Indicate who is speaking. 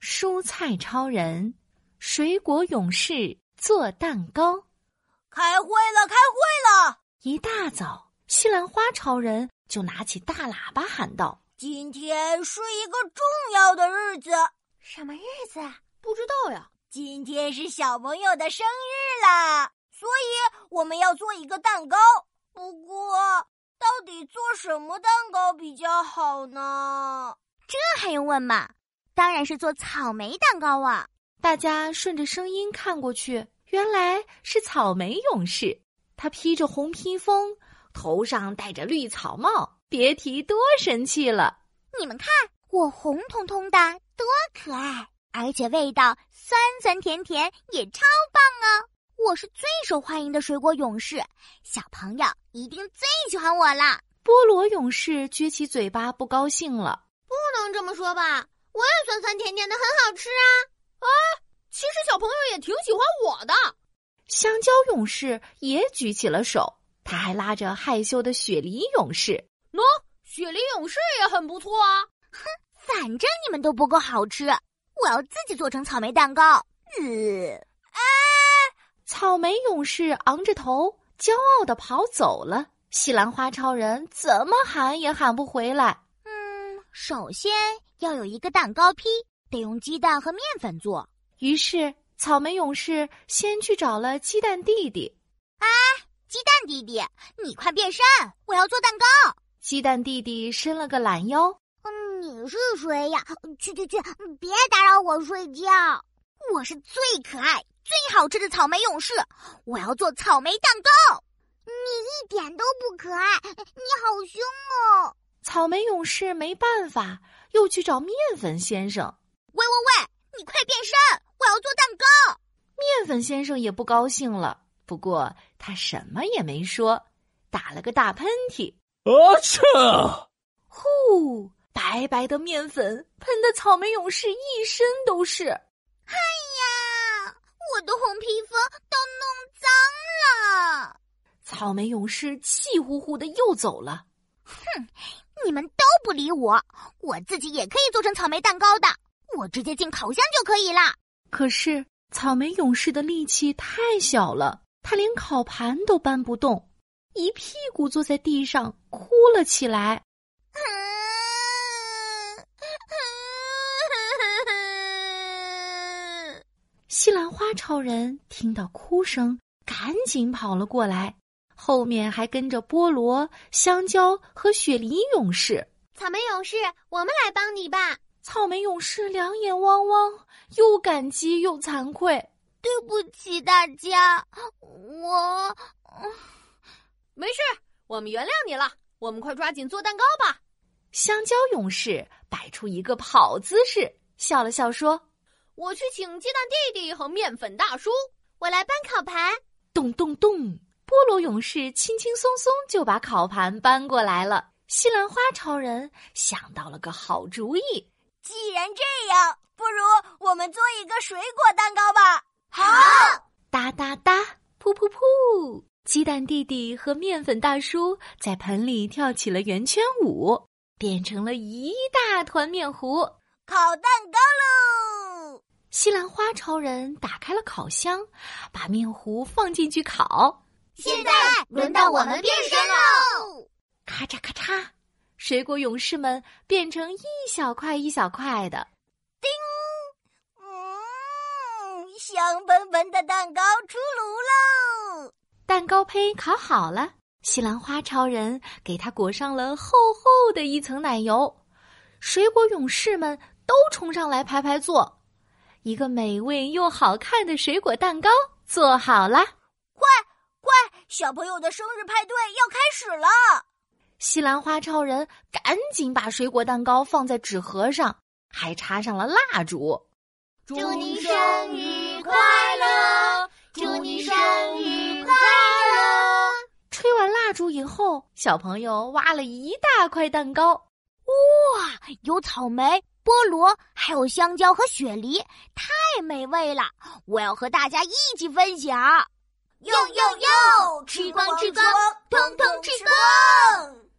Speaker 1: 蔬菜超人、水果勇士做蛋糕。
Speaker 2: 开会了，开会了！
Speaker 1: 一大早，西兰花超人就拿起大喇叭喊道
Speaker 2: 今天是一个重要的日子，
Speaker 3: 什么日子？不知道呀。
Speaker 2: 今天是小朋友的生日啦，所以我们要做一个蛋糕。不过，到底做什么蛋糕比较好呢？
Speaker 3: 这还用问吗？当然是做草莓蛋糕啊！：“
Speaker 1: 大家顺着声音看过去，原来是草莓勇士。他披着红披风，头上戴着绿草帽，别提多神气了。
Speaker 3: 你们看，我红彤彤的，多可爱！而且味道酸酸甜甜，也超棒啊！我是最受欢迎的水果勇士，小朋友一定最喜欢我啦！
Speaker 1: 菠萝勇士撅起嘴巴，不高兴了。”
Speaker 4: 不能这么说吧，我也酸酸甜甜的，很好吃啊！啊，其实小朋友也挺喜欢我的。
Speaker 1: 香蕉勇士也举起了手，他还拉着害羞的雪梨勇士。
Speaker 4: 喏、雪梨勇士也很不错啊。
Speaker 3: 反正你们都不够好吃，我要自己做成草莓蛋糕。呃，
Speaker 1: 草莓勇士昂着头，骄傲地跑走了。西兰花超人怎么喊也喊不回来。
Speaker 3: 嗯，首先要有一个蛋糕坯，得用鸡蛋和面粉做。
Speaker 1: 于是，草莓勇士先去找了鸡蛋弟弟。
Speaker 3: 鸡蛋弟弟，你快变身，我要做蛋糕。
Speaker 1: 鸡蛋弟弟伸了个懒腰，
Speaker 3: 嗯你是谁呀？去去去，别打扰我睡觉。我是最可爱、最好吃的草莓勇士，我要做草莓蛋糕。你一点都不可爱，你好凶哦！
Speaker 1: 草莓勇士没办法，又去找面粉先生。
Speaker 3: 喂喂喂，你快变身，我要做蛋糕。
Speaker 1: 面粉先生也不高兴了，不过他什么也没说，打了个大喷嚏。
Speaker 5: 啊嚏！
Speaker 1: 呼，白白的面粉喷的草莓勇士一身都是。
Speaker 3: 呀，我的红披风都弄脏了。
Speaker 1: 草莓勇士气呼呼的又走了。
Speaker 3: 你们都不理我，我自己也可以做成草莓蛋糕的，我直接进烤箱就可以啦。
Speaker 1: 可是草莓勇士的力气太小了，他连烤盘都搬不动，一屁股坐在地上哭了起来。西兰花超人听到哭声，赶紧跑了过来，后面还跟着菠萝、香蕉和雪梨勇士。
Speaker 4: 草莓勇士，我们来帮你吧。
Speaker 1: 草莓勇士两眼汪汪，又感激又惭愧。
Speaker 3: 对不起大家，我
Speaker 4: 没事，我们原谅你了。我们快抓紧做蛋糕吧。
Speaker 1: 香蕉勇士摆出一个跑姿势，笑了笑说
Speaker 4: 我去请鸡蛋弟弟和面粉大叔，我来搬烤盘。：“
Speaker 1: 咚咚咚！”菠萝勇士轻轻松松就把烤盘搬过来了。西兰花超人想到了个好主意，
Speaker 2: 既然这样，不如我们做一个水果蛋糕吧。好，
Speaker 1: 哒哒哒，噗噗噗！鸡蛋弟弟和面粉大叔在盆里跳起了圆圈舞，变成了一大团面糊。
Speaker 2: 烤蛋糕喽！
Speaker 1: 西兰花超人打开了烤箱，把面糊放进去烤，
Speaker 3: 现在轮到我们变身喽！
Speaker 1: 咔嚓咔嚓，水果勇士们变成一小块一小块的。
Speaker 2: 嗯，香喷喷的蛋糕出炉喽！
Speaker 1: 蛋糕胚烤好了，西兰花超人给它裹上了厚厚的一层奶油。水果勇士们都冲上来排排坐，一个美味又好看的水果蛋糕做好啦。
Speaker 2: 快，小朋友的生日派对要开始了！
Speaker 1: 西兰花超人赶紧把水果蛋糕放在纸盒上，还插上了蜡烛。
Speaker 4: 祝
Speaker 3: 你
Speaker 4: 生
Speaker 3: 日
Speaker 4: 快乐，
Speaker 3: 祝
Speaker 4: 你生日
Speaker 3: 快乐！
Speaker 1: 吹完蜡烛以后，小朋友挖了一大块蛋糕。
Speaker 3: 有草莓、菠萝，还有香蕉和雪梨，太美味了！我要和大家一起分享。
Speaker 2: 哟哟哟，
Speaker 3: 吃光吃光，
Speaker 2: 通通
Speaker 3: 通通
Speaker 2: 吃
Speaker 3: 吃
Speaker 2: 光！